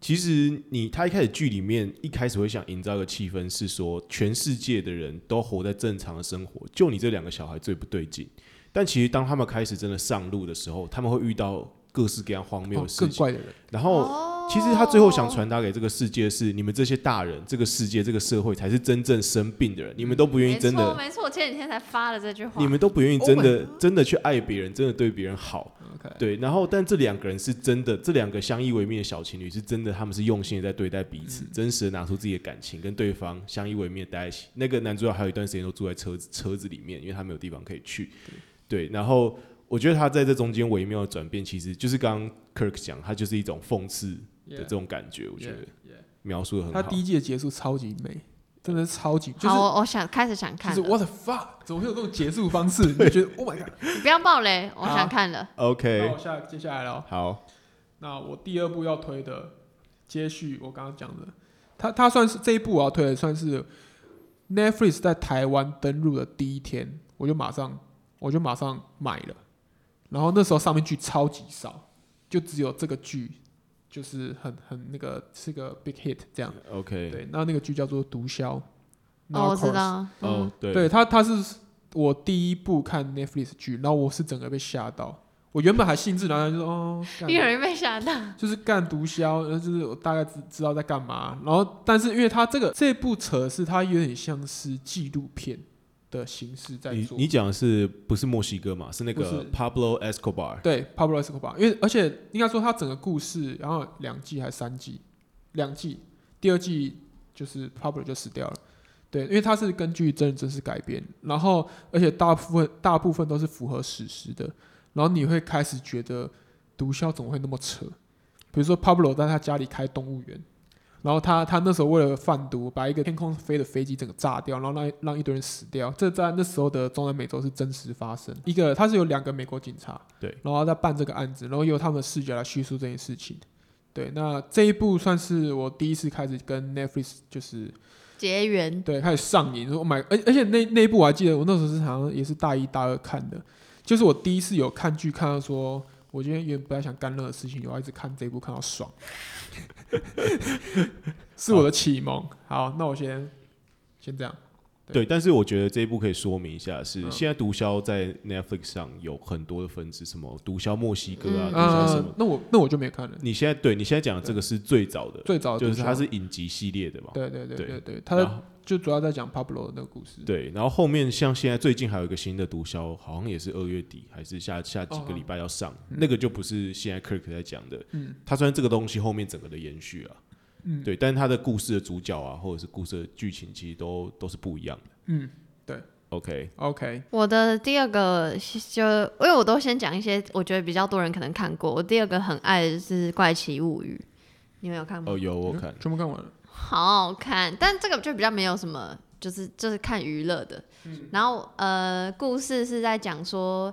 C: 其实你他一开始剧里面一开始会想营造一个气氛，是说全世界的人都活在正常的生活，就你这两个小孩最不对劲。但其实当他们开始真的上路的时候，他们会遇到各式各样荒谬
B: 哦
C: 的事
B: 更
C: 情。
B: 怪的人，
C: 然后，
A: 哦
C: 其实他最后想传达给这个世界是：你们这些大人，这个世界，这个社会才是真正生病的人，你们都不愿意
A: 没
C: 真
A: 错，
C: 的，
A: 没错，我前几天才发了这句话。
C: 你们都不愿意
B: Oh
C: 真的真的去爱别人，真的对别人好。
B: OK
C: 对，然后但这两个人是真的，这两个相依为命的小情侣是真的，他们是用心的在对待彼此，
B: 嗯
C: 真实的拿出自己的感情，跟对方相依为命的待在一起。那个男主角还有一段时间都住在车子车子里面，因为他没有地方可以去。
B: 嗯
C: 对，然后我觉得他在这中间微妙的转变，其实就是刚刚 Kirk 讲，他就是一种讽刺
B: Yeah
C: 的这种感觉，我觉
B: Yeah，
C: 得描述的很
B: 他
C: 好
B: 第。一季的结束超级美，真的是超级，就是
A: 好，我我想开始想
B: 就
A: 看
B: 是
A: 了，
B: what the fuck，怎么会有这种结束 方式？你就觉得 Oh my god！
A: 你不要爆雷，我
B: 好
A: 想看
C: 啊
A: 了。
B: 那
C: OK，
B: 我下接下来了，
C: 好，
B: 那我第二部要推的，接续我刚刚讲的，它它算是这一部我要推的，算是 Netflix 在台湾登陆的第一天，我就马上我就马上买了，然后那时候上面剧超级少，就只有这个剧就是很很那个是个 big hit 这样，
C: ，OK，
B: 对，那那个剧叫做《毒枭》，
A: 哦，我知
B: Narcos
A: 道，
C: 哦
A: 嗯，，
C: 对，
B: 对他，他是我第一部看 Netflix 剧，然后我是整个被吓到。我原本还兴致然然，就说哦，干
A: 一人被吓到。
B: 就是干毒枭，呃就是我大概知知道在干嘛。然后，但是因为他这个这部扯是它有点像是纪录片的形式在
C: 你
B: 做。
C: 你讲的是不是墨西哥嘛？是那
B: 不
C: 个
B: 是
C: Pablo Escobar。
B: 对 Pablo Escobar，因为而且应该说他整个故事，然后两季还是三季，两季，第二季就是 Pablo 就死掉了。对，因为它是根据真人真事改编，然后而且大部分大部分都是符合史实的，然后你会开始觉得毒枭怎么会那么扯？比如说 Pablo 在他家里开动物园，然后他他那时候为了贩毒，把一个天空飞的飞机整个炸掉，然后让让一堆人死掉。这在那时候的中南美洲是真实发生。一个他是有两个美国警察，
C: 对，
B: 然后在办这个案子，然后由他们的视角来叙述这件事情。对，那这一部算是我第一次开始跟 Netflix 就是
A: 结缘，
B: 对，开始上瘾。我买，而而且那那一部我还记得，我那时候是好像也是大一大二看的，就是我第一次有看剧，看到说我今天原本不太想干任何事情，我要一直看这一部看到爽， 是我的启蒙。好，那我先先这样。对
C: 对，但是我觉得这一部可以说明一下是，
B: 嗯
C: 现在毒枭在 Netflix 上有很多的分支，什么毒枭墨西哥啊，
A: 嗯
C: 毒枭什
B: 呃
C: 么。，
B: 那我那我就没看了，
C: 你现在对你现在讲的这个是最早的，
B: 嗯最早的
C: 就是
B: 毒枭
C: 它是影集系列的嘛。
B: 对对对
C: 对
B: 对对，
C: 然
B: 他
C: 后
B: 就主要在讲 Pablo 的那个故事。
C: 对，然后后面像现在最近还有一个新的毒枭，好像也是二月底还是下下几
B: 哦
C: 个礼拜要上，那个就不是现在 Kirk 在讲的。
B: 嗯
C: 他虽然这个东西后面整个的延续啊，
B: 嗯
C: 对，但是他的故事的主角啊，或者是故事的剧情，其实都都是不一样的。
B: 嗯
C: OK，
B: ，OK，
A: 我的第二个是就，因为我都先讲一些我觉得比较多人可能看过。我第二个很爱的是《怪奇物语》，你们有看吗？
C: 哦，有我看，
B: 全部看完了。
A: 好好看，但这个就比较没有什么，就是就是看娱乐的。然后呃，故事是在讲说，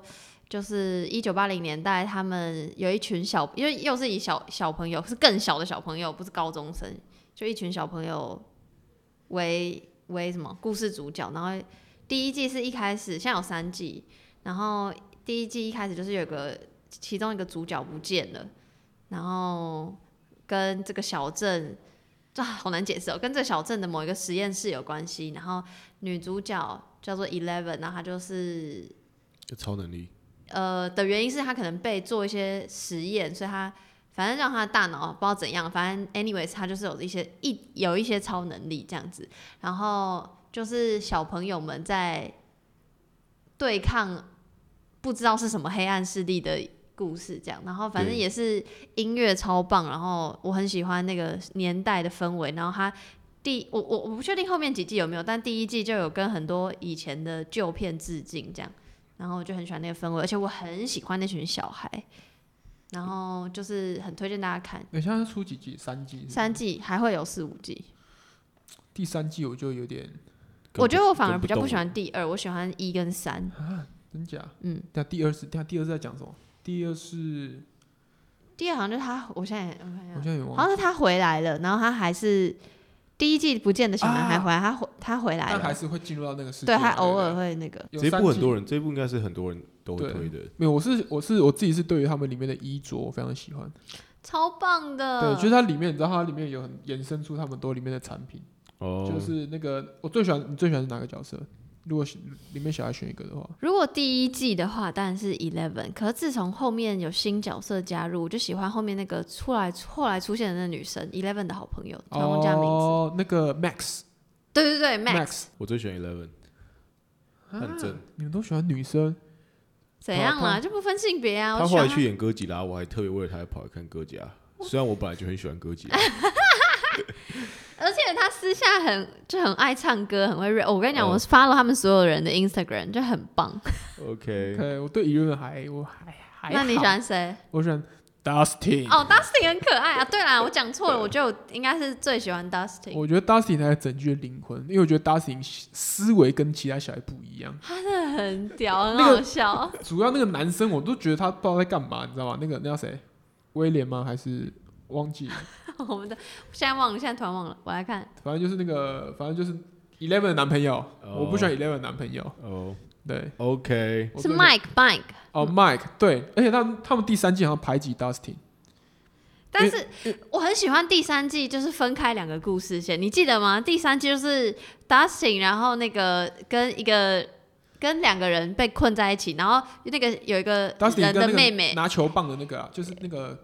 A: 就是一九八零年代，他们有一群小，因为又是以小小朋友，是更小的小朋友，不是高中生，就一群小朋友为为什么故事主角。然后第一季是一开始，现在有三季，然后第一季一开始就是有个其中一个主角不见了，然后跟这个小镇这好难解释哦，跟这小镇的某一个实验室有关系。然后女主角叫做 Eleven，然后她就是
C: 就超能力。
A: 呃的原因是她可能被做一些实验，所以她反正让她的大脑不知道怎样，反正 anyways 她就是有一些一有一些超能力这样子。然后就是小朋友们在对抗不知道是什么黑暗势力的故事，这样。然后反正
C: 对
A: 也是音乐超棒，然后我很喜欢那个年代的氛围。然后他第我我我不确定后面几季有没有，但第一季就有跟很多以前的旧片致敬这样。然后我就很喜欢那个氛围，而且我很喜欢那群小孩，然后就是很推荐大家看
B: 你现在出几季？三季是不是？
A: 三季，还会有四五季。
B: 第三季我就有点
A: 我觉得我反而比较
C: 跟
A: 不
C: 不
A: 喜欢第二，我喜欢一跟三。
B: 啊真假？
A: 嗯，
B: 那第二是，等下第二是在讲什么？第二是，
A: 第二好像就是他，我现在我看一
B: 我
A: 下
B: 现在有点
A: 好
B: 忘
A: 像
B: 记，
A: 是他回来了，然后他还是第一季不见的小男孩
B: 啊
A: 回来，他回他回来
B: 但还
A: 了，
B: 是会进入到那个世界。
A: 对，他偶尔会那个，
B: 有
C: 这一部很多
B: 人
C: 人，这一部应该是很多人都会
B: 对
C: 推的。
B: 没有，我是我是我自己是对于他们里面的衣着我非常喜欢，
A: 超棒的。
B: 对，就是它里面，你知道它里面有很衍生出他们多里面的产品，
C: 哦，
B: 就是那个我最喜欢，你最喜欢是哪个角色？如果是里面小孩选一个的话，
A: 如果第一季的话，当然是 Eleven。可是自从后面有新角色加入，我就喜欢后面那个出来后来出现的那女生 Eleven 的好朋友，突然忘记她名字。
B: 哦，那个 Max，
A: 对对对
B: Max
A: ，Max，
C: 我最喜欢 Eleven，很正。
B: 你们都喜欢女生，
A: 怎样
B: 她
A: 啦？就不分性别啊。
C: 他
A: 我
C: 后来
A: 喜
C: 去
A: 欢
C: 演哥吉拉，我还特别为了他跑来看哥吉拉。虽然我本来就很喜欢哥吉拉，
A: 她，而且她私下很就很爱唱歌，很会 rap。我跟你讲，
C: 哦
A: 我 follow 他们所有人的 Instagram 就很棒。
C: OK，
B: 对我对 e l 还我还还
A: 那你
B: 好
A: 喜？欢 谁？
B: 我喜欢 Dustin，、
A: 哦，Dustin 很可爱啊。对啦，我讲错了，我就应该是最喜欢 Dustin。
B: 我觉得 Dustin 才是整剧的灵魂，因为我觉得 Dustin 思维跟其他小孩不一样。
A: 他真的很屌，很
B: 那个
A: 好笑。
B: 主要那个男生，我都觉得他不知道在干嘛，你知道吗？那个那叫谁，威廉吗？还是忘记了？
A: 我们的现在忘了，现在突然忘了，我来看。
B: 反正就是那个，反正就是 Eleven 的男朋友。
C: 哦
B: 我不喜欢 Eleven 的男朋友。
C: 哦
B: 对，
C: ，OK，
B: 我
A: 是
B: 最喜
A: Mike Mike，
B: 哦，Mike。对，而且他们他们第三季好像排挤 Dustin。
A: 但是我很喜欢第三季，就是分开两个故事线，你记得吗？第三季就是 Dustin，然后那个跟一个跟两个人被困在一起，然后那个有一个
B: Dustin
A: 人
B: 跟
A: 的
B: 那
A: 妹
B: 个
A: 妹，
B: 拿球棒的那个啊，就是那个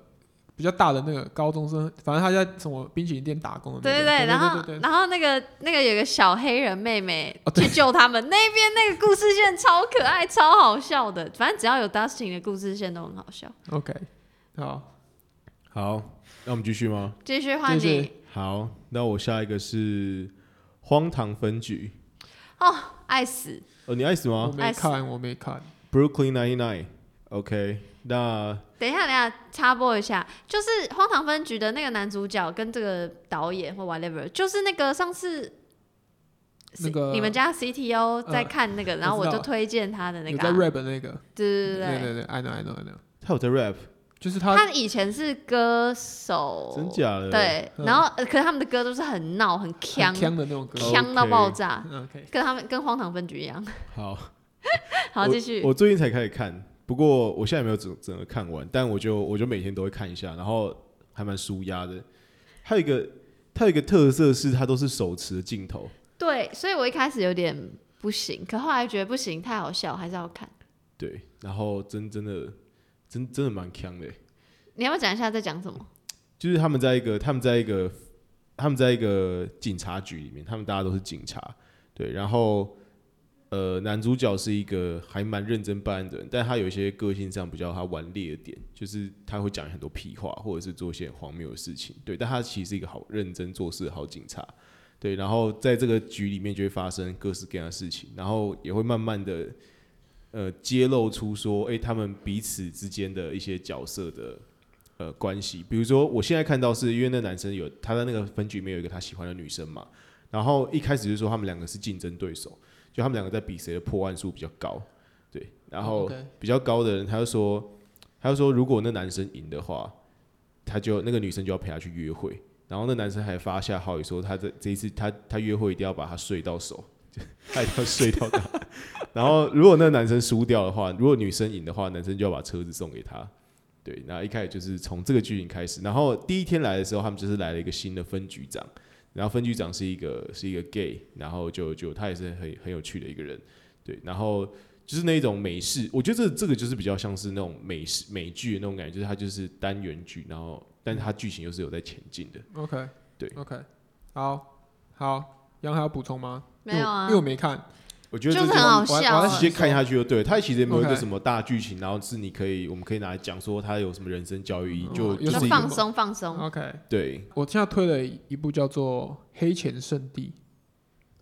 B: 比较大的那个高中生，反正他在什么冰淇淋店打工的哦那
A: 对
B: 个。
A: 对对，
B: 对
A: 然后
B: 对对对
A: 然后那个那个有个小黑人妹妹
B: 哦对
A: 去救他们，那边那个故事线超可爱、超好笑的，反正只要有 Dustin 的故事线都很好笑。
B: OK，好，
C: 好，那我们继续吗？
A: 继续换
B: 继续
A: 你
C: 好，那我下一个是荒唐分局。
A: 哦，爱死！
C: 哦，你爱死
A: 哎
B: 我
C: 吗
B: 没看，我没看。
C: ？Brooklyn Ninety Nine。OK，那
A: 等一下，等一下，插播一下，就是《荒唐分局》的那个男主角跟这个导演或 whatever，就是那个上次
B: 那个呃
A: 你们家 CTO 在看那个，然后
B: 我
A: 我
B: 知道
A: 就推荐他的那
B: 有
A: 个
B: 在
A: 啊、
B: rap 的那个，
A: 对对
B: 对
A: 对对，
B: 对对，I know I know I know，
C: 他有在 rap，
B: 就是他
A: 他以前是歌手，
C: 真假的？
A: 哦对，
B: 嗯
A: 然后、呃可是他们的歌都是很闹、很
B: 很
A: 呛、
B: 强的那种歌。
A: 呛到
C: OK
A: 爆炸，
C: 哦
B: 嗯 OK，
A: 跟他们跟《荒唐分局》一样。
C: 好，
A: 好，
C: 我
A: 继续。
C: 我最近才开始看，不过我现在没有整整个看完，但我就我就每天都会看一下，然后还蛮舒压的。还有一个，它有一个特色是它都是手持的镜头，
A: 对，所以我一开始有点不行，可后来觉得不行，太好笑，还是要看。
C: 对，然后真真的真真的蛮强的欸，
A: 你要不要讲一下在讲什么？
C: 就是他们在一个他们在一个他们在一个警察局里面，他们大家都是警察，对，然后呃，男主角是一个还蛮认真办案的人，但他有一些个性上比较他顽劣的点，就是他会讲很多屁话，或者是做一些很荒谬的事情，对，但他其实是一个好认真做事的好警察，对，然后在这个局里面就会发生各式各样的事情，然后也会慢慢的。呃，揭露出说，哎、他们彼此之间的一些角色的呃关系。比如说，我现在看到是因为那男生有他在那个分局里面有一个他喜欢的女生嘛，然后一开始就说他们两个是竞争对手，就他们两个在比谁的破案数比较高，对，然后
B: OK
C: 比较高的人他就说，他就说如果那男生赢的话，他就那个女生就要陪他去约会。然后那男生还发下号语说，他这这一次他他约会一定要把他睡到手， 就他一定要睡到他。 然后如果那个男生输掉的话，如果女生赢的话，男生就要把车子送给他。对，那一开始就是从这个剧情开始。然后第一天来的时候，他们就是来了一个新的分局长，然后分局长是一个是一个 gay，然后就就他也是很很有趣的一个人，对，然后就是那种美式，我觉得这这个就是比较像是那种美式美剧的那种感觉，就是它就是单元剧，然后但是它剧情又是有在前进的。
B: OK，
C: 对
B: ，OK，好，好，杨还要补充吗？
A: 没有啊
B: 因为我因为我没看，
C: 我觉得这
A: 就是很好
B: 我还
A: 笑
B: 我
A: 啊
B: 还在
C: 直
B: 洗
C: 接看下去就对了，它其实也没有一个
B: OK
C: 什么大剧情，然后是你可以我们可以拿来讲说它有什么人生教育意义，
B: 嗯
C: 就
B: 有
C: 就
A: 就是
C: 一
A: 放
C: 个
A: 松放松。
B: OK，
C: 对
B: 我现在推了一部叫做《黑钱圣地》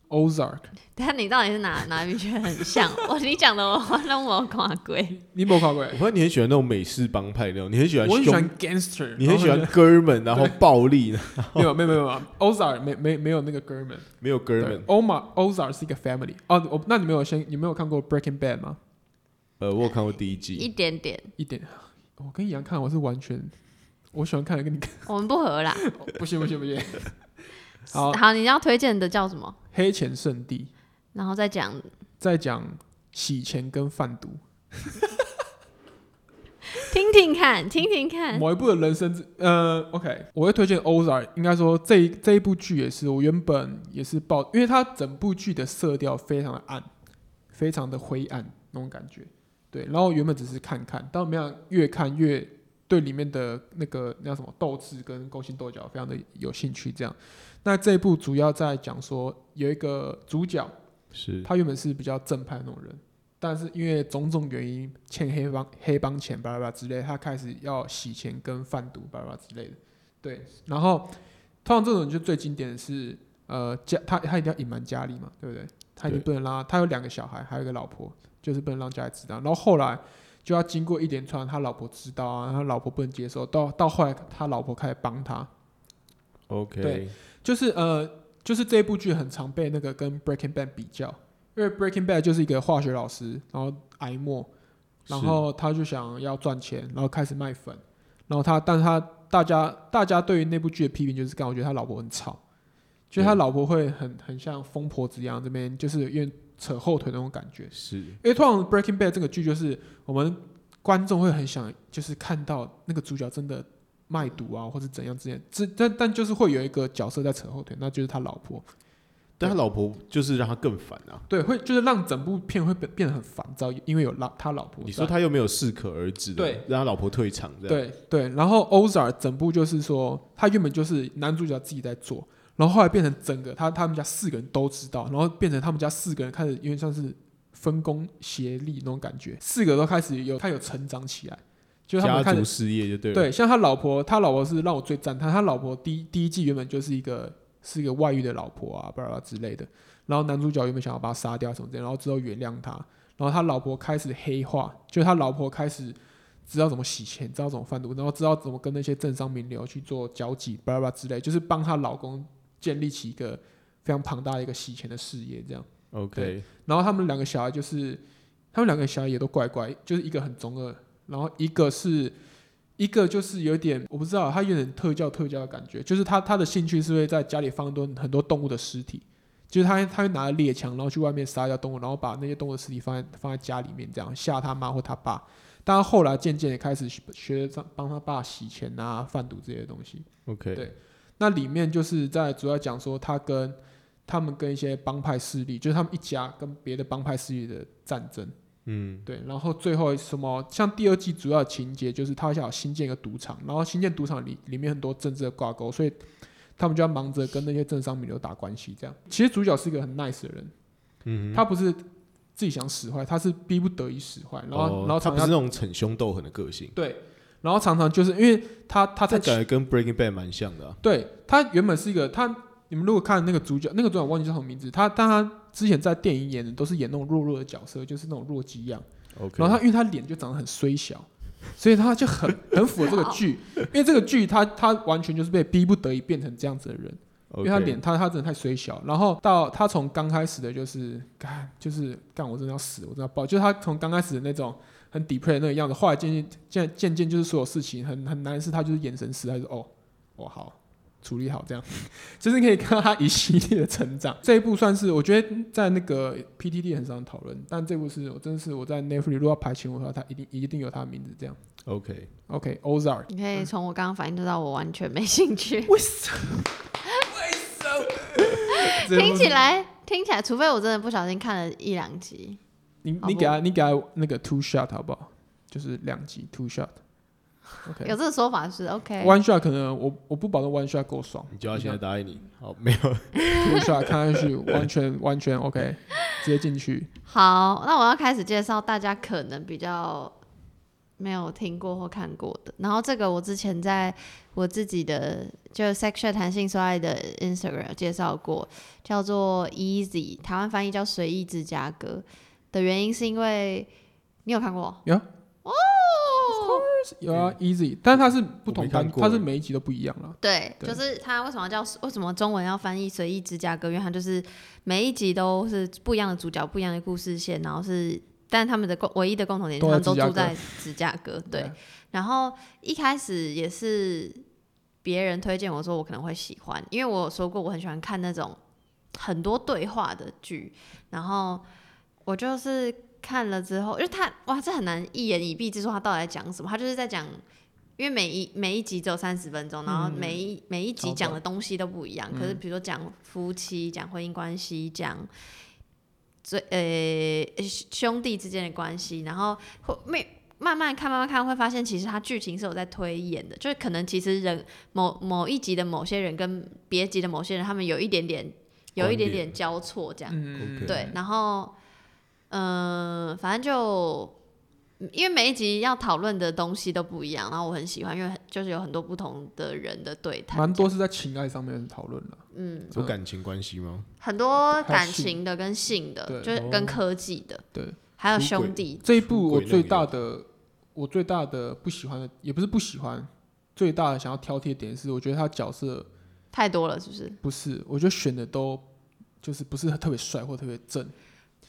B: （Ozark），
A: 等下你到底是哪哪里觉得很 像？我你讲的我让我垮 龟。
B: 你有看过？
C: 我发现你很喜欢那种美式帮派那种，你很喜欢
B: 我很喜欢哦
C: 凶，
B: gangster，
C: 你很喜欢
B: 然后
C: 哥们，然后暴力，
B: 没有没有没有没有 Ozark 没没没有那个哥们，
C: 没有哥
B: 对
C: 们。
B: ，Omar Ozark 是一个 family 哦，我那你们有先你们有看过 Breaking Bad 吗？
C: 呃，我有看过第一
A: 一
C: 季，
A: 点点，
B: 一点，我跟杨看我是完全，我喜欢看的跟你看，
A: 我们不合啦。
B: 不行不行不行，好，《
A: 好，你要推荐的叫什么？
B: 黑钱圣地》
A: 然后再讲，
B: 在讲洗钱跟贩毒，
A: 听听听看，听听看。
B: 某一部的人生之，呃，OK，我会推荐《Ozark》。应该说这一这一部剧也是，我原本也是抱，因为它整部剧的色调非常的暗，非常的灰暗那种感觉。对，然后原本只是看看，但没想到越看越对里面的那个那叫什么斗志跟勾心斗角非常的有兴趣。这样，那这一部主要在讲说有一个主角，
C: 是
B: 他原本是比较正派的那种人，但是因为种种原因欠黑帮黑帮钱巴拉巴拉之类，他开始要洗钱跟贩毒巴拉巴拉之类的。对，然后通常这种就最经典的是，呃，家他他一定要隐瞒家里嘛，对不对？他一定
C: 对
B: 不能让他他有两个小孩，还有一个老婆，就是不能让家里知道。然后后来就要经过一连串他老婆知道啊，他老婆不能接受，到到后来他老婆开始帮他，对
C: OK，
B: 就是呃，就是这部剧很常被那个跟《Breaking Bad》比较，因为《Breaking Bad》就是一个化学老师，然后癌末，然
C: 是
B: 后他就想要赚钱，然后开始卖粉，然后他，但他大家大家对于那部剧的批评就是，干我觉得他老婆很吵，就是他
C: 对
B: 老婆会很很像疯婆子一样，这边就是有点扯后腿那种感觉。
C: 是
B: 因为通常《Breaking Bad》这个剧就是我们观众会很想就是看到那个主角真的卖毒啊，或者怎样之类的，这但但就是会有一个角色在扯后腿，那就是他老婆，
C: 但他老婆就是让他更烦啊。
B: 对，会就是让整部片会变变得很烦躁，因为有老他老婆在。
C: 你说他又没有适可而止的，
B: 对，
C: 让他老婆退场这样。
B: 对对，然后 Ozar 整部就是说，他原本就是男主角自己在做，然后后来变成整个他他们家四个人都知道，然后变成他们家四个人开始有点像是分工协力那种感觉，四个都开始有他有成长起来，就是他们
C: 家
B: 开
C: 族
B: 始
C: 事业就对了。
B: 对，像他老婆，他老婆是让我最赞叹，他老婆第一第一季原本就是一个是一个外遇的老婆啊，巴拉巴拉之类的，然后男主角原本想要把他杀掉什么之类的，然后之后原谅他，然后他老婆开始黑化，就是他老婆开始知道怎么洗钱，知道怎么贩毒，然后知道怎么跟那些政商名流去做交际，巴拉巴拉之类，就是帮她老公建立起一个非常庞大的一个洗钱的事业这样。
C: ，OK，
B: 然后他们两个小孩就是，他们两个小孩也都怪怪，就是一个很中二，然后一个是，一个就是有点我不知道，他有点特教特教的感觉，就是他他的兴趣是会在家里放很多很多动物的尸体，就是他他会拿着猎枪，然后去外面杀掉动物，然后把那些动物的尸体放在放在家里面，这样吓他妈或他爸。但他后来渐渐也开始学学着帮他爸洗钱啊、贩毒这些东西。
C: OK，
B: 对那里面就是在主要讲说他跟他们跟一些帮派势力，就是他们一家跟别的帮派势力的战争。
C: 嗯，
B: 对，然后最后什么像第二季主要情节就是他想新建一个赌场，然后新建赌场里里面很多政治的挂钩，所以他们就要忙着跟那些政商名流打关系。这样，其实主角是一个很 nice 的人，
C: 嗯哼，
B: 他不是自己想使坏，他是逼不得已使坏，然后、
C: 哦
B: 然后
C: 他
B: 常
C: 不是那
B: 常
C: 种逞凶斗狠的个性，
B: 对，然后常常就是因为他他
C: 他
B: 在
C: 感觉跟 Breaking Bad 蛮像的啊。
B: 对他原本是一个他，你们如果看那个主角，那个主角我忘记叫什么名字，他但他之前在电影演的都是演那种弱弱的角色，就是那种弱鸡样。
C: OK，
B: 然后他因为他脸就长得很虽小，所以他就很很符合这个剧，因为这个剧他他完全就是被逼不得已变成这样子的人，因为他
C: OK
B: 脸他他真的太虽小。然后到他从刚开始的就是干就是干我真的要死，我真的要爆，就是他从刚开始的那种很 depressed 的那个样子，后来渐渐渐渐渐就是所有事情很很难是他就是眼神死，他就说哦哦好。处理好这样， 就是可以看到他一系列的成长。这一部算是我觉得在那个 PTT 很少讨论，但这部是我真的是我在 Netflix 如果要排前五的话，它一定一定有它的名字这样。
C: OK，
B: OK，Ozark，、
A: 你可以从我刚刚反应得到，我完全没兴趣。
B: 为什么？为什么？
A: 听起来，听起来，除非我真的不小心看了一两集，
B: 你
A: 好
B: 你
A: 不
B: 给他你给他那个 two shot 好不好？就是两集 two shot。
A: 有
B: OK，one、
A: 这个说法是 OK。
B: shot 可能我我不保证 one shot 够爽
C: 你就要现在答应你。好，没有，
B: 嗯，two shot 看下去完全完全 OK，直接进去。
A: 好，那我要开始介绍大家可能比较没有听过或看过的。然后这个我之前在我自己的就是 sexual 弹性说爱的 Instagram 有介绍过，叫做 Easy，台湾翻译叫随意芝加哥。的原因是因为你有看过？
B: 有
A: 哦。
B: 有啊，Easy，但它是不同
C: 嗯我没
B: 班
C: 看，过欸
B: 它是每一集都不一样啦。
A: 对，
B: 对
A: 就是它为什么叫为什么中文要翻译随意芝加哥？因为它就是每一集都是不一样的主角，不一样的故事线，然后是，但他们的共唯一的共同点是
B: 都
A: 他
B: 在
A: 们都
B: 芝加
A: 住
B: 哥
A: 在芝加哥。对，，
B: 啊
A: 然后一开始也是别人推荐我说我可能会喜欢，因为我有说过我很喜欢看那种很多对话的剧，然后我就是看了之后，因为他哇，这很难一言以蔽之说他到底在讲什么。他就是在讲，因为每一每一集只有三十分钟，然后每一、每一集讲的东西都不一样。可是比如说讲夫妻、讲婚姻关系、讲最呃兄弟之间的关系，然后会没。慢慢看，慢慢看，会发现其实它剧情是有在推演的，就是可能其实人某某一集的某些人跟别集的某些人，他们有一点点，有一点点交错这样。
B: 嗯，
A: 对，然后，嗯、反正就因为每一集要讨论的东西都不一样，然后我很喜欢，因为很就是有很多不同的人的对谈，
B: 蛮多是在情爱上面讨论了。
A: 嗯，
C: 有感情关系吗？
A: 很多
B: 还有
A: 感
B: 性
A: 情的跟性的，
B: 对
A: 就是
C: 哦
A: 跟科技的，
B: 对，
A: 还有
C: 出轨
A: 兄弟，
B: 这一部
C: 出
B: 我
C: 轨
B: 最
C: 那个
B: 大的，我最大的不喜欢的，也不是不喜欢，最大的想要挑剔的点是，我觉得他角色
A: 太多了，是不是
B: 不是，我觉得选的都就是不是特别帅或特别正，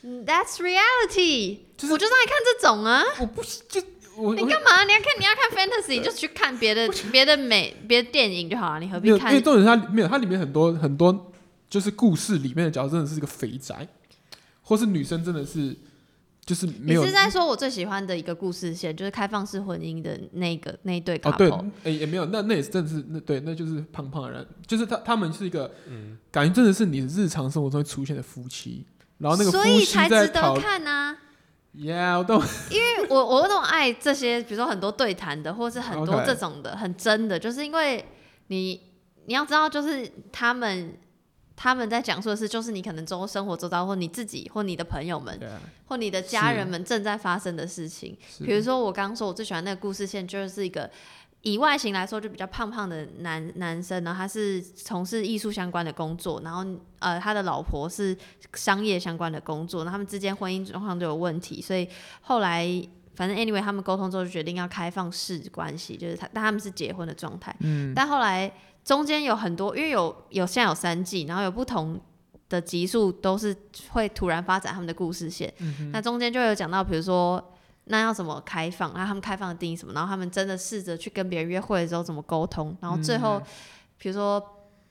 A: 嗯？That's reality，、
B: 就是
A: 我就是爱看这种啊。
B: 我不是就我
A: 你
B: 我
A: 干嘛？你要看你要看 fantasy，就去看别的别的美别的电影就好了，啊你何
B: 没
A: 必
B: 有，因为
A: 看？
B: 重点是它没有，它里面很多很多就是故事里面的角色真的是个肥宅，或是女生真的是就是没
A: 你
B: 有
A: 是在说我最喜欢的一个故事线，就是开放式婚姻的那个那一对
B: 哦，对
A: couple。，
B: 哎、也没有，那那也是真的是那对，那就是胖胖的人，就是他他们是一个、感觉真的是你日常生活中会出现的夫妻，然后那个夫
A: 所以
B: 妻
A: 才
B: 在
A: 值得
B: 讨
A: 看啊！
B: ，Yeah，我懂，
A: 因为我我那种爱这些，比如说很多对谈的，或是很多
B: OK
A: 这种的很真的，就是因为你你要知道，就是他们他们在讲述的是，就是你可能周生活周遭或你自己或你的朋友们
B: Yeah，
A: 或你的家人们正在发生的事情。
B: 是
A: 比如说我刚刚说我最喜欢那个故事线，就是一个以外形来说就比较胖胖的男男生，然后他是从事艺术相关的工作，然后呃他的老婆是商业相关的工作，然后他们之间婚姻状况就有问题，所以后来反正 anyway 他们沟通之后就决定要开放式关系，就是他但他们是结婚的状态，嗯，但后来中间有很多因为有有现在有三季，然后有不同。的集数都是会突然发展他们的故事线，
B: 嗯
A: 那中间就有讲到，比如说那要怎么开放？然后他们开放的定义什么？然后他们真的试着去跟别人约会的时候怎么沟通？然后最
B: 嗯
A: 后，比、如说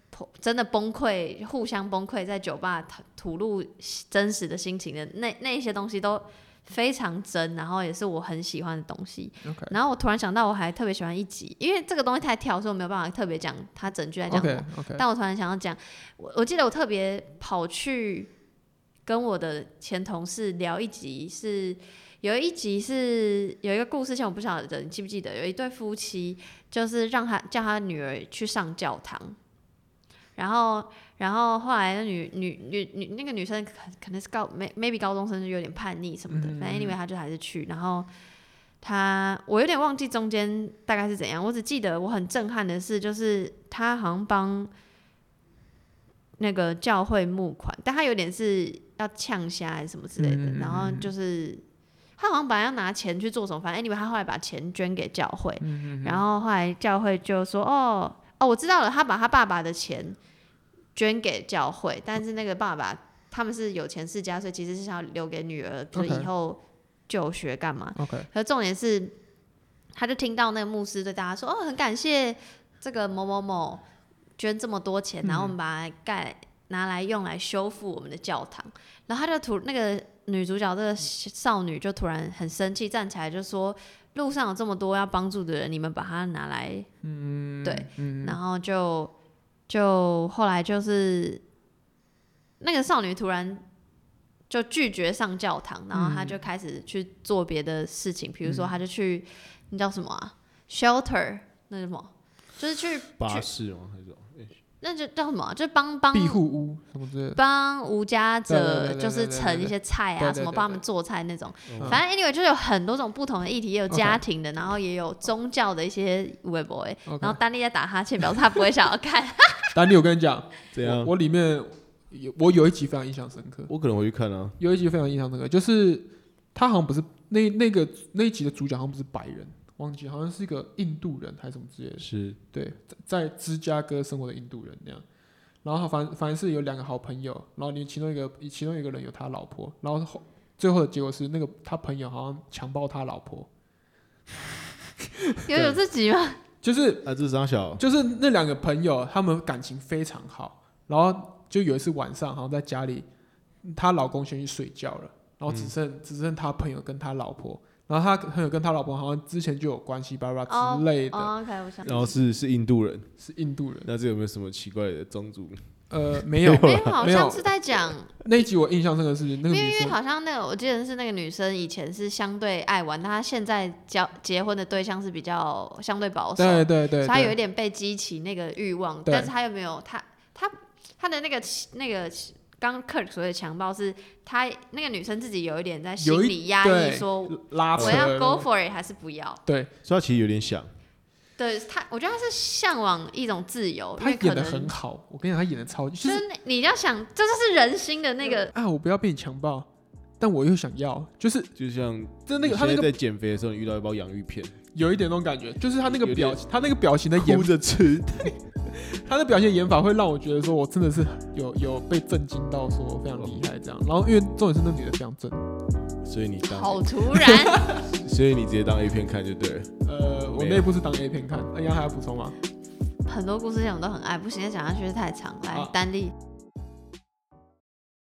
A: 破真的崩溃，互相崩溃，在酒吧吐吐露真实的心情的那那一些东西都非常真，然后也是我很喜欢的东西。
B: OK
A: 然后我突然想到，我还特别喜欢一集，因为这个东西太跳，所以我没有办法特别讲它整句来讲什么
B: OK OK，
A: 但我突然想要讲，我我记得我特别跑去跟我的前同事聊一集是。有一集是有一个故事线，我不晓得你记不记得，有一对夫妻就是让他叫他女儿去上教堂，然后然后后来那女女女女那个女生可可能是高 may- maybe 高中生就有点叛逆什么的，反正 anyway 她就还是去，然后她我有点忘记中间大概是怎样，我只记得我很震撼的是，就是她好像帮那个教会募款，但她有点是要呛虾还是什么之类的，然后就是。她好像本来要拿钱去做什么，反正 anyway，她后来把钱捐给教会，然后后来教会就说：“哦哦，我知道了，她把她爸爸的钱捐给教会，但是那个爸爸他们是有钱世家，所以其实是想要留给女儿，就是
B: OK
A: 以后就学干嘛。
B: OK，
A: 可是重点是，他就听到那个牧师对大家说：“哦，很感谢这个某某某捐这么多钱，然后我们把它盖拿来用来修复我们的教堂。”然后他就突那个女主角这个少女就突然很生气，站起来就说：“路上有这么多要帮助的人，你们把它拿来……嗯，对，然后就就后来就是那个少女突然就拒绝上教堂，然后她
B: 嗯
A: 就开始去做别的事情，比如说她就去那叫什么啊，shelter 那是什么，就是去
C: 巴士吗？还是
A: 那就叫什么啊，就是帮帮
B: 庇护屋什么之类的，
A: 帮无家者
B: 对对对对
A: 就是盛一些菜
B: 对对
A: 啊，
B: 对嗯
A: 什么帮他们做菜那种
C: 对。对
A: 反正 anyway 就是有很多种不同的议题，也有家庭的，然后也有宗教的一些 web boy。
B: OK
A: 然后丹妮在打哈欠，表示她不会想要看。
B: 丹尼，我跟你讲，
C: 这
B: 我
C: 样？
B: 我里面有我有一集非常印象深刻，
C: 我可能会去看啊。
B: 有一集非常印象深刻，就是他好像不是那那个那一集的主角好像不是白人，忘记好像是一个印度人还是什么之类的，
C: 是
B: 对，在在芝加哥生活的印度人那样。然后他反反正是有两个好朋友，然后你其中一个其中一个人有他老婆，然后后最后的结果是那个他朋友好像强暴他老婆，
A: 有有这集吗？
B: 就是
C: 啊，这是张小
B: 就是那两个朋友，他们感情非常好。然后就有一次晚上，好像在家里，她老公先去睡觉了，然后只剩、
C: 嗯
B: 只剩他朋友跟他老婆，然后他朋友跟他老婆好像之前就有关系，巴拉巴拉之类的，
A: 哦，OK，我想
C: 然后是是印度人，
B: 是印度人。
C: 那这有没有什么奇怪的宗族？
B: 呃，没 有，
A: 没有，好
B: 没
A: 像
B: 有
A: 是在讲，
B: 那一集我印象深刻是那
A: 因
B: 个
A: 为
B: 女
A: 因为
B: 生，
A: 好像那个，我记得是那个女生以前是相对爱玩，但她现在交结婚的对象是比较相对保守，
B: 对对
A: 所
B: 对，
A: 以她
B: 对
A: 有一点被激起那个欲望，
B: 对
A: 但是她又没有她她她的那个那个刚 Kirk 所谓的强暴是，她那个女生自己有一点在心
B: 有一
A: 里压抑
B: 对
A: 说，
B: 拉扯
A: 我要
B: 了
A: go for it 还是不要。
B: 对
C: 所以他其实有点想，
A: 对他，我觉得他是向往一种自由，因
B: 他
A: 为可
B: 演的
A: 能
B: 很好，我跟你讲，他演的超级，
A: 就
B: 就
A: 是是那你要想，这就是人心的那个，
B: 啊，我不要被你强暴，但我又想要，就是
C: 就像
B: 就那
C: 你
B: 个他那
C: 现在
B: 个
C: 在减肥的时候，你遇到一包洋芋片，
B: 有一点那种感觉，就是他那个
C: 有
B: 表
C: 点
B: 他那个表情的演
C: 哭着吃，
B: 他的表现演法会让我觉得说我真的是有有被震惊到，说非常厉害这样。然后因为重点是那女的非常正，
C: 所以你当
A: 好，突然。
C: 所以你直接当 A 片看就对了。
B: 呃，我
C: 没有
B: 那部是当 A 片看，哎呀还要补充吗？
A: 很多故事线我都很爱，不行，再讲下去太长。来
B: 啊，
A: 丹丽，